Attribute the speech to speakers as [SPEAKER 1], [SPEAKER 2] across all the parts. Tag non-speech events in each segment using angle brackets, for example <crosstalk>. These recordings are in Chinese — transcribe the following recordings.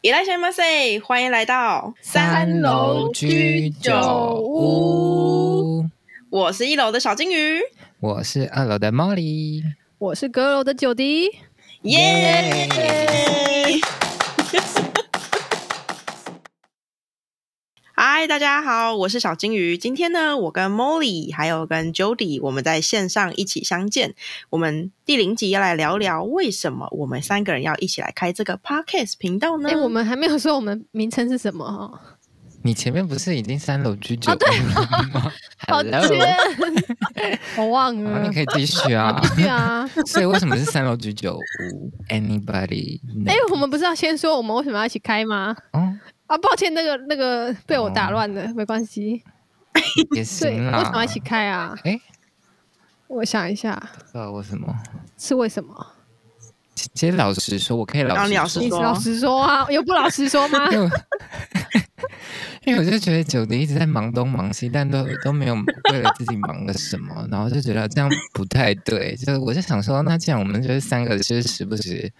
[SPEAKER 1] 伊来先马塞，欢迎来到
[SPEAKER 2] 三楼居酒屋。
[SPEAKER 1] 我是一楼的小金鱼，
[SPEAKER 2] 我是二楼的 Molly，
[SPEAKER 3] 我是阁楼的九迪。
[SPEAKER 1] 耶、嗨，大家好，我是小金鱼。今天呢，我跟 Molly 还有跟 Jody，我们在线上一起相见。我们第零集要来聊聊为什么我们三个人要一起来开这个 Podcast 频道呢？
[SPEAKER 3] 哎、我们还没有说我们名称是什么哦。
[SPEAKER 2] 你前面不是已经三楼居酒屋
[SPEAKER 3] 哦对
[SPEAKER 2] 了吗
[SPEAKER 3] 哦
[SPEAKER 2] <laughs>
[SPEAKER 3] 好
[SPEAKER 2] ？Hello，
[SPEAKER 3] 贱 <laughs> 我忘
[SPEAKER 2] 好
[SPEAKER 3] 了
[SPEAKER 2] 你。可以继续啊。
[SPEAKER 3] 对啊，
[SPEAKER 2] 所以为什么是三楼居酒屋？Anybody？
[SPEAKER 3] 哎、
[SPEAKER 2] know？
[SPEAKER 3] 我们不是要先说我们为什么要一起开吗？
[SPEAKER 2] 哦，
[SPEAKER 3] 啊，抱歉，那个那个被我打乱了，没关系。
[SPEAKER 2] 也
[SPEAKER 3] 对，
[SPEAKER 2] 哦行
[SPEAKER 3] 为
[SPEAKER 2] 啦。
[SPEAKER 3] 什么要一起开啊？
[SPEAKER 2] 哎，
[SPEAKER 3] 我想一下，
[SPEAKER 2] 不知道为什么？
[SPEAKER 3] 是为什么？
[SPEAKER 2] 其其实老实说，我可以
[SPEAKER 1] 然
[SPEAKER 2] 哦老
[SPEAKER 1] 后你
[SPEAKER 2] 实
[SPEAKER 1] 老
[SPEAKER 3] 你
[SPEAKER 1] 实
[SPEAKER 2] 说，
[SPEAKER 1] 说
[SPEAKER 3] 老实说啊，有不老实说吗？
[SPEAKER 2] <laughs> 因为我 <laughs> 因为我就觉得九迪一直在忙东忙西，但都都没有为了自己忙了什么，然后就觉得这样不太对。就是我就想说，那既然我们就是三个，就是时不时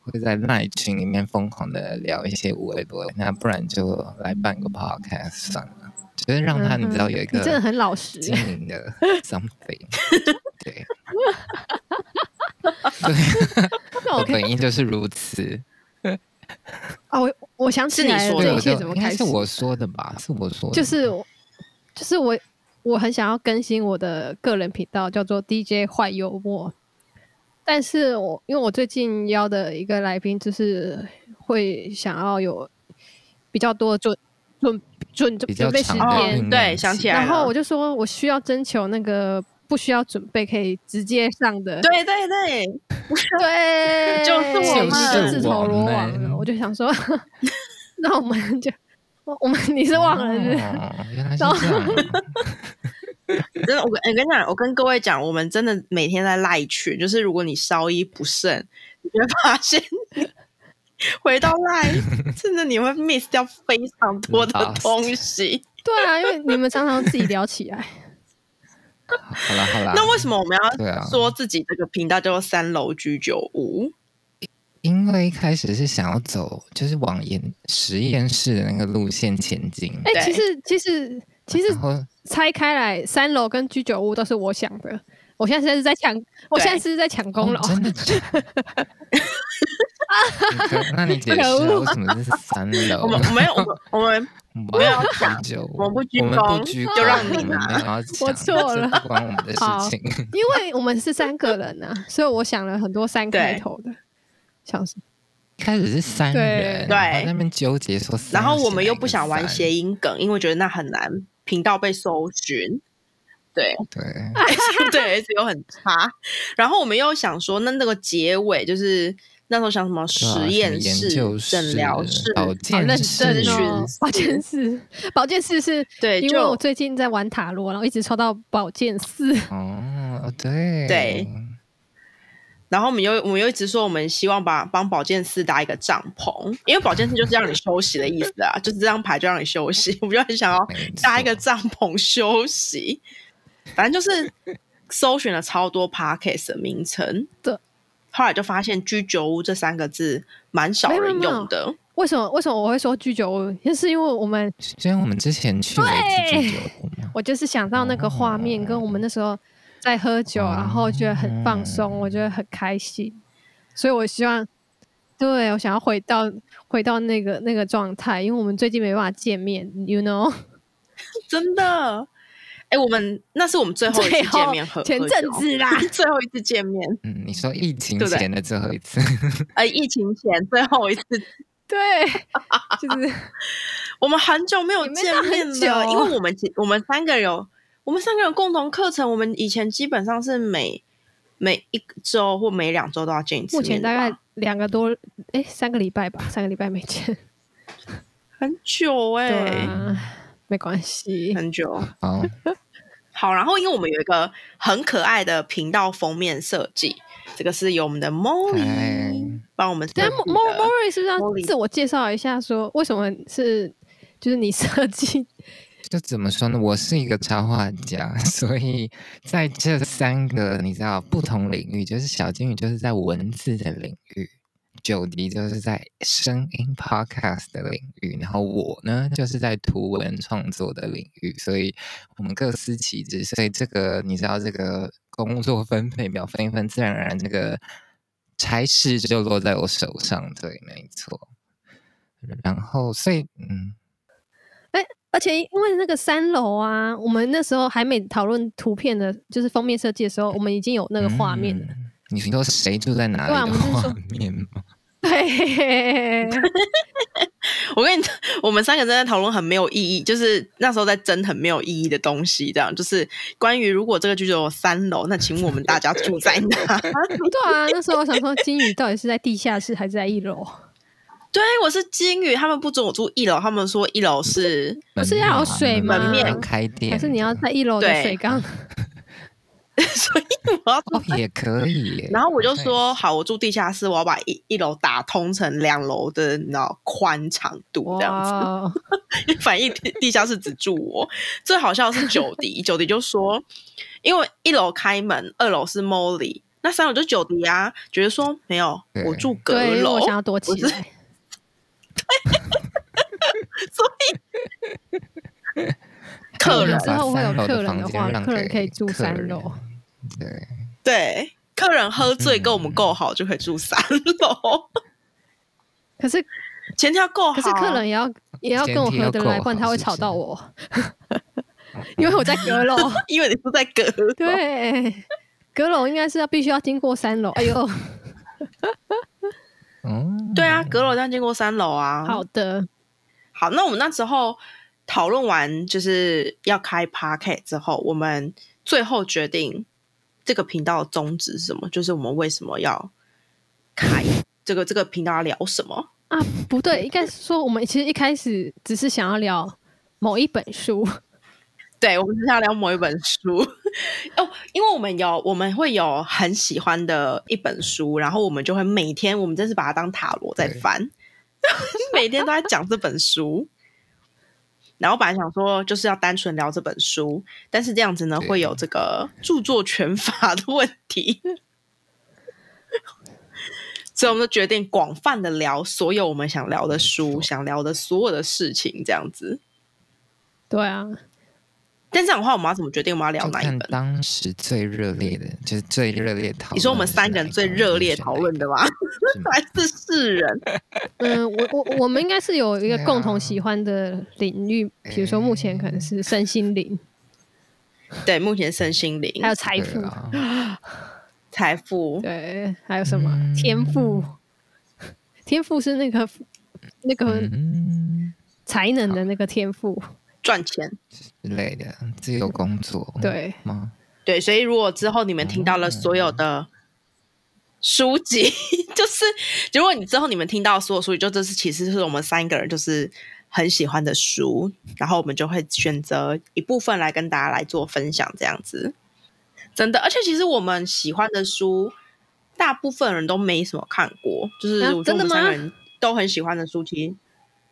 [SPEAKER 2] 会在赖群里面疯狂的聊一些无微博，那不然就来办个 podcast 算了，就是让他
[SPEAKER 3] 嗯
[SPEAKER 2] 你知道有一
[SPEAKER 3] 你真的
[SPEAKER 2] 个
[SPEAKER 3] 很
[SPEAKER 2] <laughs>
[SPEAKER 3] 老实。
[SPEAKER 2] 经营的 something，对。
[SPEAKER 3] <laughs>
[SPEAKER 2] 对，我
[SPEAKER 3] 那我可
[SPEAKER 2] 哦
[SPEAKER 3] 以
[SPEAKER 2] 本意就是如此。
[SPEAKER 3] 啊，我我想起
[SPEAKER 1] 是你
[SPEAKER 3] 来了，
[SPEAKER 1] 说的
[SPEAKER 2] 对，我就
[SPEAKER 3] 这一切怎么
[SPEAKER 2] 应该
[SPEAKER 3] 开
[SPEAKER 2] 是
[SPEAKER 3] 始？
[SPEAKER 2] 我说的吧？是我说的，
[SPEAKER 3] 就是我就是我我很想要更新我的个人频道，叫做 DJ 坏幽默。但是我因为我最近邀的一个来宾，就是会想要有比较多准准准
[SPEAKER 2] 比较
[SPEAKER 3] 准备时
[SPEAKER 2] 长的
[SPEAKER 3] 间，
[SPEAKER 2] 嗯
[SPEAKER 1] 对，想起来了，
[SPEAKER 3] 然后我就说我需要征求那个不需要准备可以直接上的，
[SPEAKER 1] 对对对，
[SPEAKER 3] 对，
[SPEAKER 1] 就是我嘛
[SPEAKER 3] 就自投罗
[SPEAKER 2] 就是
[SPEAKER 3] 网
[SPEAKER 2] 我们
[SPEAKER 3] 了。我就想说， <laughs> 那我们就 <laughs> 我我们你是忘了是不是？
[SPEAKER 2] 哦，原来是这
[SPEAKER 3] 然后
[SPEAKER 2] 样啊。
[SPEAKER 1] 真的，我跟我跟你讲，我跟各位讲，我们真的每天在赖群，就是如果你稍一不慎，你就会发现回到赖，真的你会 miss 掉非常多的
[SPEAKER 2] Lost
[SPEAKER 1] 东西。
[SPEAKER 3] 对啊，因为你们常常自己聊起
[SPEAKER 1] <laughs>
[SPEAKER 3] 来，
[SPEAKER 2] 好啦好啦，
[SPEAKER 1] 那为什么我们
[SPEAKER 2] 对啊
[SPEAKER 1] 要说自己这个频道叫做三楼居酒屋？
[SPEAKER 2] 因为一开始是想要走就是往研实验室的那个路线前进，
[SPEAKER 3] 哎、
[SPEAKER 1] 对
[SPEAKER 3] 其实其实其实
[SPEAKER 2] 然后
[SPEAKER 3] 拆开来，三楼跟居酒屋都是我想的。我现在是在抢， <laughs> 我现在是在抢功劳
[SPEAKER 2] 哦。真的假的。你可那你解释啊
[SPEAKER 3] 可恶
[SPEAKER 2] 为什么这是三楼？
[SPEAKER 1] 我们我们我们我们
[SPEAKER 2] 我
[SPEAKER 1] 没有
[SPEAKER 2] 很久，
[SPEAKER 1] 我们不鞠
[SPEAKER 2] 我们
[SPEAKER 1] 躬
[SPEAKER 2] 不鞠
[SPEAKER 1] 就让你
[SPEAKER 2] 我们没有要抢
[SPEAKER 3] 我错了
[SPEAKER 2] 这不关我们的事情。
[SPEAKER 3] <laughs> 因为我们是三个人啊，所以我想了很多三开头的，想是
[SPEAKER 2] <laughs> 一开始是三
[SPEAKER 3] 对
[SPEAKER 2] 人，
[SPEAKER 1] 对
[SPEAKER 2] 然后 <laughs> 在那边纠结说三是
[SPEAKER 1] 然
[SPEAKER 2] 哪一个三，
[SPEAKER 1] 后我们又不想玩谐音梗，因为觉得那很难，频道被搜寻。对，
[SPEAKER 2] 对，
[SPEAKER 1] 对，S 又很差。然后我们又想说，那那个结尾就是那时候想什么
[SPEAKER 2] 对啊
[SPEAKER 1] 实验
[SPEAKER 2] 什么
[SPEAKER 1] 室、
[SPEAKER 2] 研究室哦
[SPEAKER 1] 诊疗室、
[SPEAKER 2] 保
[SPEAKER 3] 好认
[SPEAKER 2] 健室
[SPEAKER 3] 真
[SPEAKER 1] 是
[SPEAKER 3] 哦。 <laughs> 保健室，保健室是
[SPEAKER 1] 对，
[SPEAKER 3] 因为我
[SPEAKER 1] 就
[SPEAKER 3] 最近在玩塔罗，然后一直抽到保健室。 <laughs>
[SPEAKER 2] 哦，对
[SPEAKER 1] 对，然后我们又我们又一直说，我们希望把帮保健室搭一个帐篷，因为保健室就是让你休息的意思啊，就是这张牌就让你休息，我们就很想要
[SPEAKER 2] 没错
[SPEAKER 1] 搭一个帐篷休息。反正就是搜寻了超多 podcast 的名称，
[SPEAKER 3] 对，
[SPEAKER 1] 后来就发现“居酒屋”这三个字蛮少
[SPEAKER 3] 没有没有
[SPEAKER 1] 人
[SPEAKER 3] 没有
[SPEAKER 1] 用的。
[SPEAKER 3] 为什么？为什么我会说居酒屋？就是因为我们，
[SPEAKER 2] 虽然我们之前去了一次居酒屋嘛，
[SPEAKER 3] 我就是想到那个画面，跟我们那时候在喝酒，
[SPEAKER 2] 哦
[SPEAKER 3] 然后觉得很放松，我觉得很开心，所以我希望，对我想要回到回到那个那个状态，因为我们最近没办法见面，you know，
[SPEAKER 1] 真的。哎、我们那是我们最后一
[SPEAKER 3] 最
[SPEAKER 1] 次
[SPEAKER 3] 后
[SPEAKER 1] 见面喝，
[SPEAKER 3] 前
[SPEAKER 1] 喝酒
[SPEAKER 3] 阵子啦，
[SPEAKER 1] <laughs> 最后一次见面，
[SPEAKER 2] 嗯，你说疫情
[SPEAKER 1] 对不对
[SPEAKER 2] 前的最后一次， <laughs>
[SPEAKER 1] 呃，疫情前最后一次，
[SPEAKER 3] 对，就是
[SPEAKER 1] 我们很久没有
[SPEAKER 3] 也没
[SPEAKER 1] 见
[SPEAKER 3] 到很
[SPEAKER 1] 面
[SPEAKER 3] 久
[SPEAKER 1] 了，因为我们其我们三个有我们三个有共同课程，我们以前基本上是每每一周或每两周都要见一次
[SPEAKER 3] 目
[SPEAKER 1] 面
[SPEAKER 3] 前
[SPEAKER 1] 的
[SPEAKER 3] 大
[SPEAKER 1] 吧
[SPEAKER 3] 概两个多，哎，三个礼拜吧，三个礼拜没见，
[SPEAKER 1] 很久哎、
[SPEAKER 3] 对啊，没关系，
[SPEAKER 1] 很久。
[SPEAKER 2] 好，
[SPEAKER 1] 好，然后因为我们有一个很可爱的频道封面设计，这个是由我们的 Molly
[SPEAKER 2] 嗨
[SPEAKER 1] 帮我们设计
[SPEAKER 3] 但
[SPEAKER 1] 的。
[SPEAKER 3] 莫莫莫瑞是不是
[SPEAKER 1] ，Molly
[SPEAKER 3] 要自我介绍一下，说为什么是就是你设计？
[SPEAKER 2] 就怎么说呢？我是一个插画家， <laughs> 所以在这三个你知道不同领域，就是小金鱼就是在文字的领域，九迪就是在声音 podcast 的领域，然后我呢就是在图文创作的领域，所以我们各司其职。所以这个你知道，这个工作分配表分一分，自然而然这个差事就落在我手上。对，没错。然后，所以嗯，
[SPEAKER 3] 而且因为那个三楼啊，我们那时候还没讨论图片的，就是封面设计的时候，我们已经有那个画面了。
[SPEAKER 2] 嗯你说谁住在哪
[SPEAKER 3] 对啊
[SPEAKER 2] 里的
[SPEAKER 3] 我们是
[SPEAKER 2] 画
[SPEAKER 3] 说
[SPEAKER 2] 面吗？
[SPEAKER 3] 对， <laughs>
[SPEAKER 1] <laughs> 我跟你，我们三个真的讨论很没有意义，就是那时候在争很没有意义的东西，这样就是关于如果这个剧组有三楼，那请问我们大家住在哪？ <laughs>
[SPEAKER 3] 对啊，那时候我想说，金鱼到底是在地下室还是在一楼？
[SPEAKER 1] 对，我是金鱼，他们不准我住一 <laughs> 楼，他们说一楼是
[SPEAKER 3] 不是要有水
[SPEAKER 2] 门
[SPEAKER 1] 吗
[SPEAKER 2] 面开店，
[SPEAKER 3] 还是你要在一楼
[SPEAKER 1] 对
[SPEAKER 3] 的水缸？
[SPEAKER 1] 所以我要
[SPEAKER 2] 哦，也可以耶。
[SPEAKER 1] 然后我就
[SPEAKER 2] 对
[SPEAKER 1] 说 <laughs> 好，我住地下室，我要把一一楼打通成两楼的那宽长度这样子。
[SPEAKER 3] 哇，
[SPEAKER 1] <laughs> 反映地地下室只住我，最好笑的
[SPEAKER 3] <laughs>
[SPEAKER 1] 是九迪，九迪就说，因为一楼开门，二楼是 Molly，那三楼就九迪啊，觉得说没有，
[SPEAKER 2] 对
[SPEAKER 1] 我住阁
[SPEAKER 3] 对，因为
[SPEAKER 1] 楼
[SPEAKER 3] 我，想要躲起来。
[SPEAKER 1] 客人啊
[SPEAKER 2] 把
[SPEAKER 3] 之后会有
[SPEAKER 2] 三楼
[SPEAKER 3] 客人
[SPEAKER 2] 房
[SPEAKER 3] 的
[SPEAKER 2] 间
[SPEAKER 3] 话
[SPEAKER 2] 让
[SPEAKER 3] 客人
[SPEAKER 2] 给
[SPEAKER 3] 可以住
[SPEAKER 2] 客
[SPEAKER 3] 三
[SPEAKER 2] 人
[SPEAKER 3] 楼。
[SPEAKER 2] 对，
[SPEAKER 1] 对，客人喝醉跟我们够好就可以住三楼，
[SPEAKER 3] 可是
[SPEAKER 1] 前提要够好，啊
[SPEAKER 3] 可是客人也要也要跟我合得来，不然他会吵到
[SPEAKER 2] <laughs>
[SPEAKER 3] 我，因为我在阁楼。
[SPEAKER 1] 因为你住在阁楼，
[SPEAKER 3] 对， <laughs> 阁楼应该是要必须要经过三楼。哎呦，
[SPEAKER 2] 嗯，
[SPEAKER 1] 对啊，阁楼但经过三楼啊，
[SPEAKER 3] 好的，
[SPEAKER 1] 好，那我们那时候讨论完就是要开 p a r k e t 之后，我们最后决定这个频道的宗旨是什么，就是我们为什么要开这个这个频道要聊什么。
[SPEAKER 3] 啊， <laughs> 不对，应该是说我们其实一开始只是想要聊某一本书， <laughs>
[SPEAKER 1] 对，我们是要聊某一本书 <laughs> 哦，因为我们有我们会有很喜欢的一本书，然后我们就会每天我们真是把它当塔罗在翻， <laughs> 每天都在讲这本书。然后本来想说就是要单纯聊这本书，但是这样子呢
[SPEAKER 2] 对
[SPEAKER 1] 会有这个著作权法的问题，所以我们就决定广泛的聊所有我们想聊的书、想聊的所有的事情，这样子。
[SPEAKER 3] 对 <laughs> 啊，
[SPEAKER 1] 但这样的话，我们要怎么决定我们要聊
[SPEAKER 2] 就
[SPEAKER 1] 哪一
[SPEAKER 2] 看
[SPEAKER 1] 本？
[SPEAKER 2] 当时最热烈的，就是最热烈讨论的是哪一本。
[SPEAKER 1] 你说我们三个人最热烈讨论的吗？
[SPEAKER 2] 是吗
[SPEAKER 1] <laughs> 还是世人？
[SPEAKER 3] 嗯，我我我们应该是有一个
[SPEAKER 2] 对啊
[SPEAKER 3] 共同喜欢的领域， <laughs> 比如说目前可能是身心灵，
[SPEAKER 1] 对，目前身心灵
[SPEAKER 3] 还有财富
[SPEAKER 2] 对，啊
[SPEAKER 1] 财富，
[SPEAKER 3] 对，还有什么
[SPEAKER 2] 嗯
[SPEAKER 3] 天赋？ <laughs> 天赋是那个那个
[SPEAKER 2] 嗯
[SPEAKER 3] 才能的那个天赋，
[SPEAKER 1] 赚钱。
[SPEAKER 2] 之类的，自由工作
[SPEAKER 3] 对，
[SPEAKER 2] 吗？
[SPEAKER 1] 对，所以如果之后你们听到了所有的书籍， <laughs> 就是如果你之后你们听到所有书籍，就这是其实是我们三个人就是很喜欢的书，然后我们就会选择一部分来跟大家来做分享，这样子。真的，而且其实我们喜欢的书，大部分人都没什么看过，就是
[SPEAKER 3] 啊
[SPEAKER 1] 我觉得我
[SPEAKER 3] 真的
[SPEAKER 1] 们
[SPEAKER 3] 吗
[SPEAKER 1] 三个人都很喜欢的书，其实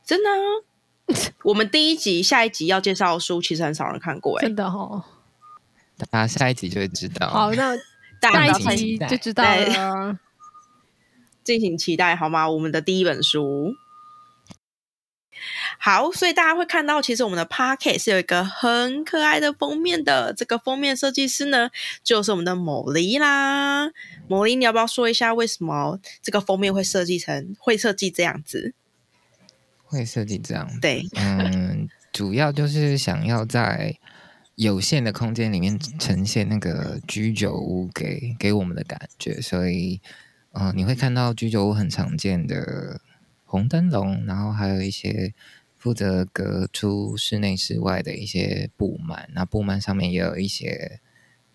[SPEAKER 1] 真
[SPEAKER 3] <laughs>
[SPEAKER 1] 的、啊。我们第一集、下一集要介绍的书，其实很少人看过、欸，
[SPEAKER 3] 真的哦。
[SPEAKER 2] 大家下一集就会知道。
[SPEAKER 3] 好，那
[SPEAKER 1] 大家
[SPEAKER 3] 下
[SPEAKER 1] 不
[SPEAKER 3] 一
[SPEAKER 1] 要太
[SPEAKER 3] 集
[SPEAKER 2] 期待
[SPEAKER 3] 就知道了。
[SPEAKER 1] 敬请期待好吗？我们的第一本书。好，所以大家会看到，其实我们的 Pocket 是有一个很可爱的封面的。这个封面设计师呢，就是我们的某黎啦。某黎，你要不要说一下为什么这个封面会设计成会设计这样子？
[SPEAKER 2] 会设计这样，
[SPEAKER 1] 对，
[SPEAKER 2] 嗯， <laughs> 主要就是想要在有限的空间里面呈现那个居酒屋给给我们的感觉，所以，呃，你会看到居酒屋很常见的红灯笼，然后还有一些负责隔出室内室外的一些布幔，那布幔上面也有一些。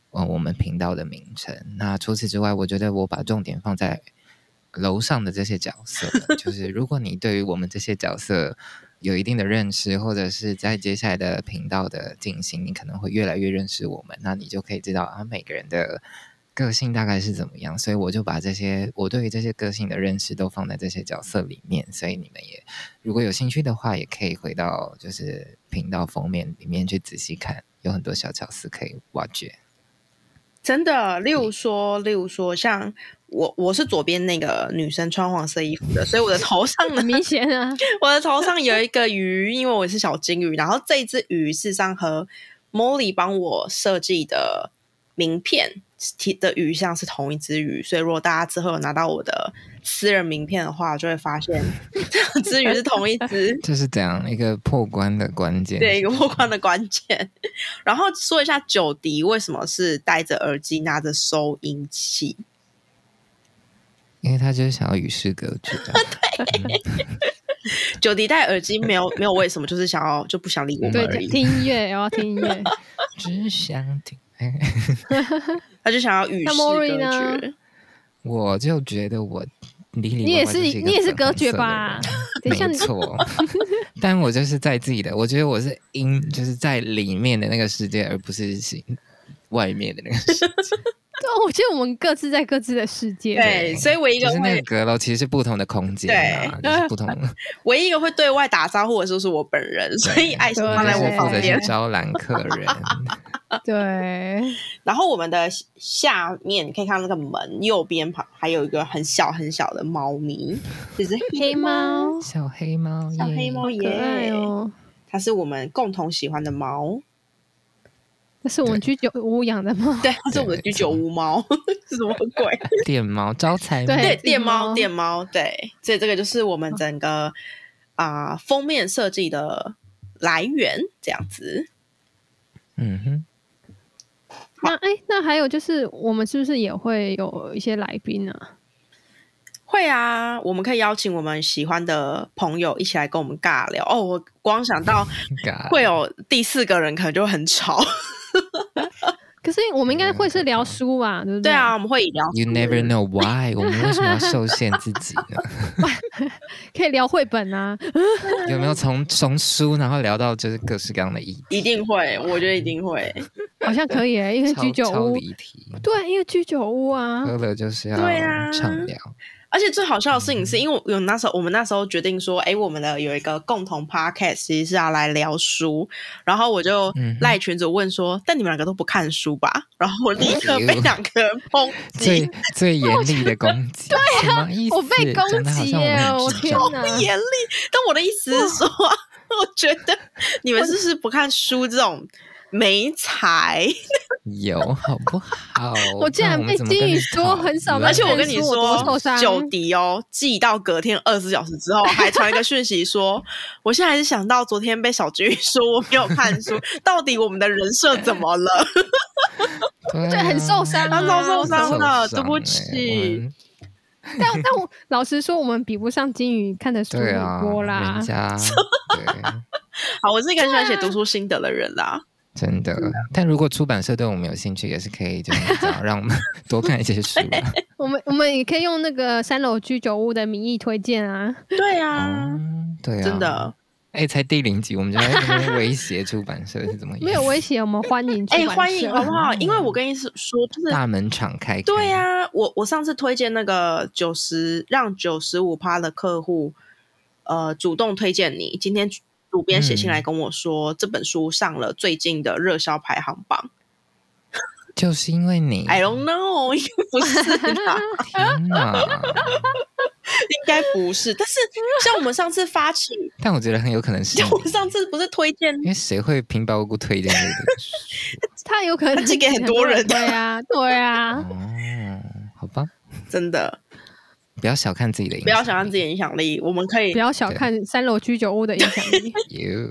[SPEAKER 2] 呃，我们频道的名称。那除此之外，我觉得我把重点放在楼上的这些角色，就是如果你对于我们这些角色有一定的认识，或者是在接下来的频道的进行，你可能会越来越认识我们，那你就可以知道啊每个人的个性大概是怎么样。所以我就把这些我对于这些个性的认识都放在这些角色里面，所以你们也如果有兴趣的话，也可以回到就是频道封面里面去仔细看，有很多小巧思可以挖掘。
[SPEAKER 1] 真的，例如说，例如说，像我我是左边那个女生穿黄色衣服的，所以我的头上呢
[SPEAKER 3] 很明显 <laughs> 啊，
[SPEAKER 1] 我的头上有一个鱼，因为我是小金鱼。然后这只鱼事实上和 Molly 帮我设计的名片提的鱼像是同一只鱼，所以如果大家之后有拿到我的私人名片的话，就会发现 <laughs> 这只鱼是同一
[SPEAKER 2] <laughs>
[SPEAKER 1] 只。
[SPEAKER 2] 这是怎样一个破关的关键？
[SPEAKER 1] 对，一个破关的关键。然后说一下九迪为什么是戴着耳机拿着收音器，
[SPEAKER 2] 因为他就是想要与世隔绝啊、
[SPEAKER 1] 九迪戴耳机没有没有为什么，就是想要就不想理我们
[SPEAKER 3] 对
[SPEAKER 1] 而已，，
[SPEAKER 3] 听音乐，然后听音乐。
[SPEAKER 2] 只想听。哎
[SPEAKER 1] 他就想要与
[SPEAKER 3] 那
[SPEAKER 1] 世
[SPEAKER 3] Mori
[SPEAKER 1] 隔
[SPEAKER 3] 呢
[SPEAKER 1] 绝。
[SPEAKER 2] 我就觉得我里里
[SPEAKER 3] 你也
[SPEAKER 2] 外外就是是一个
[SPEAKER 3] 你也是
[SPEAKER 2] 粉
[SPEAKER 3] 隔
[SPEAKER 2] 红
[SPEAKER 3] 绝
[SPEAKER 2] 色的
[SPEAKER 3] 吧
[SPEAKER 2] 人？
[SPEAKER 3] <laughs> 等一下
[SPEAKER 2] 没
[SPEAKER 3] 你
[SPEAKER 2] 错，但我就是在自己的，我觉得我是 in，就是在里面的那个世界，而不是形外面的那个世界。
[SPEAKER 3] 对啊，我觉得我们各自在各自的世界。
[SPEAKER 1] 对，所以唯一一
[SPEAKER 2] 就
[SPEAKER 1] 个
[SPEAKER 2] 是那个
[SPEAKER 1] 会
[SPEAKER 2] 阁楼其实是不同的空间啊，
[SPEAKER 3] 对
[SPEAKER 2] 就是不同。
[SPEAKER 1] 唯一一个会对外打招呼的就是我本人，所以爱心 <laughs>
[SPEAKER 3] 对
[SPEAKER 1] 放在
[SPEAKER 2] 就是
[SPEAKER 1] 我旁
[SPEAKER 2] 负责去
[SPEAKER 1] 边。
[SPEAKER 2] 招揽客人，
[SPEAKER 3] 对，
[SPEAKER 1] 然后我们的下面你可以看到那个门右边旁还有一个很小很小的猫咪，就是
[SPEAKER 3] <laughs> 黑
[SPEAKER 1] <laughs>
[SPEAKER 3] 猫，
[SPEAKER 2] 小黑猫，
[SPEAKER 1] 小黑
[SPEAKER 2] 耶
[SPEAKER 1] 猫
[SPEAKER 3] 可爱
[SPEAKER 1] 耶，
[SPEAKER 3] 哦。
[SPEAKER 1] 它是我们共同喜欢的猫，
[SPEAKER 3] 那是我们居酒屋养的猫。
[SPEAKER 1] 对，它是我们的居酒屋猫，是 <laughs> 什么鬼？
[SPEAKER 2] 电猫招财猫，
[SPEAKER 1] 对，
[SPEAKER 3] 对
[SPEAKER 1] 电猫，
[SPEAKER 3] 电猫
[SPEAKER 1] 电猫，对，所以这个就是我们整个啊、封面设计的来源，这样子。
[SPEAKER 2] 嗯哼，
[SPEAKER 3] 那哎，那还有就是，我们是不是也会有一些来宾啊？
[SPEAKER 1] 会啊，我们可以邀请我们喜欢的朋友一起来跟我们尬聊。哦，我光想
[SPEAKER 2] <laughs>
[SPEAKER 1] 到
[SPEAKER 2] God
[SPEAKER 1] 会有第四个人，可能就很吵。
[SPEAKER 3] 可是我们应该会是聊书啊，对不
[SPEAKER 1] 对
[SPEAKER 3] 对
[SPEAKER 2] 嗯
[SPEAKER 1] 啊，，我们会聊。
[SPEAKER 2] You never know why，我们为什么要受限自己呢？
[SPEAKER 1] <laughs>
[SPEAKER 3] 可以聊绘本啊。
[SPEAKER 2] 有没有从从书然后聊到就是各式各样的议题？
[SPEAKER 1] 一定会，我觉得一定会。
[SPEAKER 3] 好像可以、欸，因为
[SPEAKER 2] 超
[SPEAKER 3] <laughs> 居酒
[SPEAKER 2] 超
[SPEAKER 3] 屋，
[SPEAKER 2] 离呃题，
[SPEAKER 3] 对，因为居酒屋啊，
[SPEAKER 2] 喝了就是要
[SPEAKER 1] 对啊
[SPEAKER 2] 畅聊，
[SPEAKER 1] 而且最好笑的事
[SPEAKER 2] 嗯
[SPEAKER 1] 情是，因为我有那时候我们那时候决定说，哎，我们的有一个共同 podcast，其实是要来聊书。然后我就
[SPEAKER 2] 嗯哼
[SPEAKER 1] 赖群主问说：“但你们两个都不看书吧？”然后我立刻被
[SPEAKER 2] 哎呦
[SPEAKER 1] 两个人抨
[SPEAKER 2] 最
[SPEAKER 1] 击，
[SPEAKER 2] 最严厉的攻
[SPEAKER 3] <laughs>
[SPEAKER 2] 击，对啊，
[SPEAKER 3] 我被攻击耶、我天
[SPEAKER 2] 哪！
[SPEAKER 3] 哪！
[SPEAKER 1] <laughs> 严厉。但我的意思是说， <laughs> 我觉得你们是不是不看书这种没才？
[SPEAKER 2] 有好不好？
[SPEAKER 3] <laughs> 我竟然
[SPEAKER 2] 那
[SPEAKER 3] 被
[SPEAKER 2] 们怎么
[SPEAKER 3] 金
[SPEAKER 2] 跟
[SPEAKER 3] 宇
[SPEAKER 2] 你
[SPEAKER 3] 说
[SPEAKER 2] 讨
[SPEAKER 3] 很少
[SPEAKER 2] 论
[SPEAKER 1] 而且我跟你
[SPEAKER 3] 我多
[SPEAKER 1] 说
[SPEAKER 3] 受，伤
[SPEAKER 1] 九迪哦，寄到隔天二十四小时之后，还传一个讯息说，我现在还是想到昨天被小菊说我没有看书，到底我们的人设怎么了？
[SPEAKER 2] 对啊
[SPEAKER 3] 对，很受伤、啊，
[SPEAKER 1] 他超受伤
[SPEAKER 2] 受
[SPEAKER 1] 的了
[SPEAKER 2] 伤
[SPEAKER 1] 对不
[SPEAKER 2] 欸
[SPEAKER 1] 起。
[SPEAKER 2] 我们
[SPEAKER 3] 但但我老实说，我们比不上金鱼看的书
[SPEAKER 2] 对啊，
[SPEAKER 3] 很多啦
[SPEAKER 2] 人。家对，
[SPEAKER 1] 好，我是一个很喜欢写读书心得的人啦。
[SPEAKER 2] 真的。但如果出版社对我们有兴趣，也是可以就是你知道让我们 <laughs> 多看一些书
[SPEAKER 3] <laughs>
[SPEAKER 2] 啊。
[SPEAKER 3] 我们我们也可以用那个三楼居酒屋的名义推荐啊。
[SPEAKER 1] 对啊，
[SPEAKER 2] 嗯，对啊，
[SPEAKER 1] 真的。。
[SPEAKER 2] 哎，才第零集，我们就在那边威胁出版社是怎么意思？
[SPEAKER 3] 没有威胁，我们欢迎出
[SPEAKER 1] 哎、
[SPEAKER 3] 版社。
[SPEAKER 1] 欢迎好不好？因为我跟你说，就是
[SPEAKER 2] 大门敞开。
[SPEAKER 1] 对、
[SPEAKER 3] 嗯
[SPEAKER 1] 呀、我我上次推荐那个九十让九十五趴的客户，呃，主动推荐你。今天主编写信来
[SPEAKER 3] 嗯
[SPEAKER 1] 跟我说，这本书上了最近的热销排行榜。
[SPEAKER 2] 就是因为
[SPEAKER 3] 嗯
[SPEAKER 2] 你，
[SPEAKER 1] I don't know，应该不是
[SPEAKER 3] <laughs>
[SPEAKER 1] 啦，
[SPEAKER 2] 天哪！
[SPEAKER 1] 应该不是。但是像我们上次发
[SPEAKER 3] <laughs>
[SPEAKER 1] 起，
[SPEAKER 2] <laughs> 但我觉得很有可
[SPEAKER 1] <laughs>
[SPEAKER 2] 能是
[SPEAKER 1] 像我们
[SPEAKER 2] 你，
[SPEAKER 1] 上次不是推荐
[SPEAKER 3] 嗯
[SPEAKER 2] 因为谁会平白无故推荐这个书？
[SPEAKER 1] <laughs>
[SPEAKER 3] 他有可能
[SPEAKER 1] 他寄给很多人
[SPEAKER 3] 对啊，对
[SPEAKER 1] <laughs>
[SPEAKER 3] 啊，
[SPEAKER 2] 哦，好吧，
[SPEAKER 1] 真的
[SPEAKER 2] 不要小看自己的影响，
[SPEAKER 1] 不要想让自己影响力，我们可以
[SPEAKER 3] 不。要小看三楼居酒屋的影响力。
[SPEAKER 1] <laughs>
[SPEAKER 2] You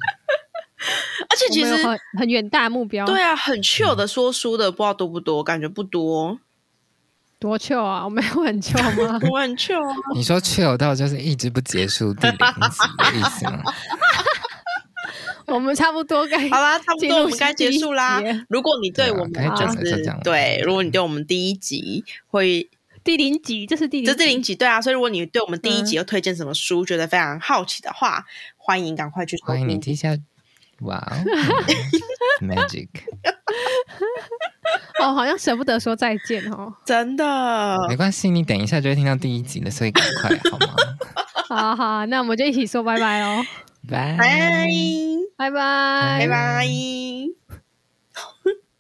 [SPEAKER 1] 而且其
[SPEAKER 3] 我们
[SPEAKER 1] 实
[SPEAKER 3] 有很嗯很远大的目标，
[SPEAKER 1] 对啊，很 chill 的说书的，不知道多不多，感觉不多。
[SPEAKER 3] 多糗啊！我们有很糗
[SPEAKER 1] <laughs>？
[SPEAKER 3] 吗
[SPEAKER 1] 我很 chill 啊，
[SPEAKER 2] 你说 chill 到就是一直不结束第零集的意思
[SPEAKER 1] <laughs>
[SPEAKER 2] 吗？
[SPEAKER 3] 我们差不多该
[SPEAKER 1] 好啦，差不
[SPEAKER 3] 进
[SPEAKER 1] 多
[SPEAKER 3] 入
[SPEAKER 1] 我们该结束啦
[SPEAKER 3] 第一集。
[SPEAKER 1] 如果你对
[SPEAKER 2] 对啊
[SPEAKER 1] 我们
[SPEAKER 2] 该
[SPEAKER 1] 就
[SPEAKER 2] 讲的就是讲
[SPEAKER 1] 对，如果你对我们第一集会，
[SPEAKER 3] 第零集，这是第零，
[SPEAKER 1] 这是零集对啊，所以如果你对我们第一集又推荐什么书，觉得非常好奇的话，欢迎赶快去收
[SPEAKER 2] 欢迎你
[SPEAKER 1] 听。
[SPEAKER 2] 记下，哇哦嗯，magic，
[SPEAKER 1] <laughs>
[SPEAKER 3] 哦，好像舍不得说再见哦。
[SPEAKER 1] 真的，
[SPEAKER 2] 没关系，你等一下就会听到第一集了，所以赶快
[SPEAKER 1] <laughs>
[SPEAKER 2] 好吗？
[SPEAKER 3] 好好，那我们就一起说拜拜哦，
[SPEAKER 1] 拜
[SPEAKER 2] 拜拜。
[SPEAKER 3] 拜拜，
[SPEAKER 1] 拜拜。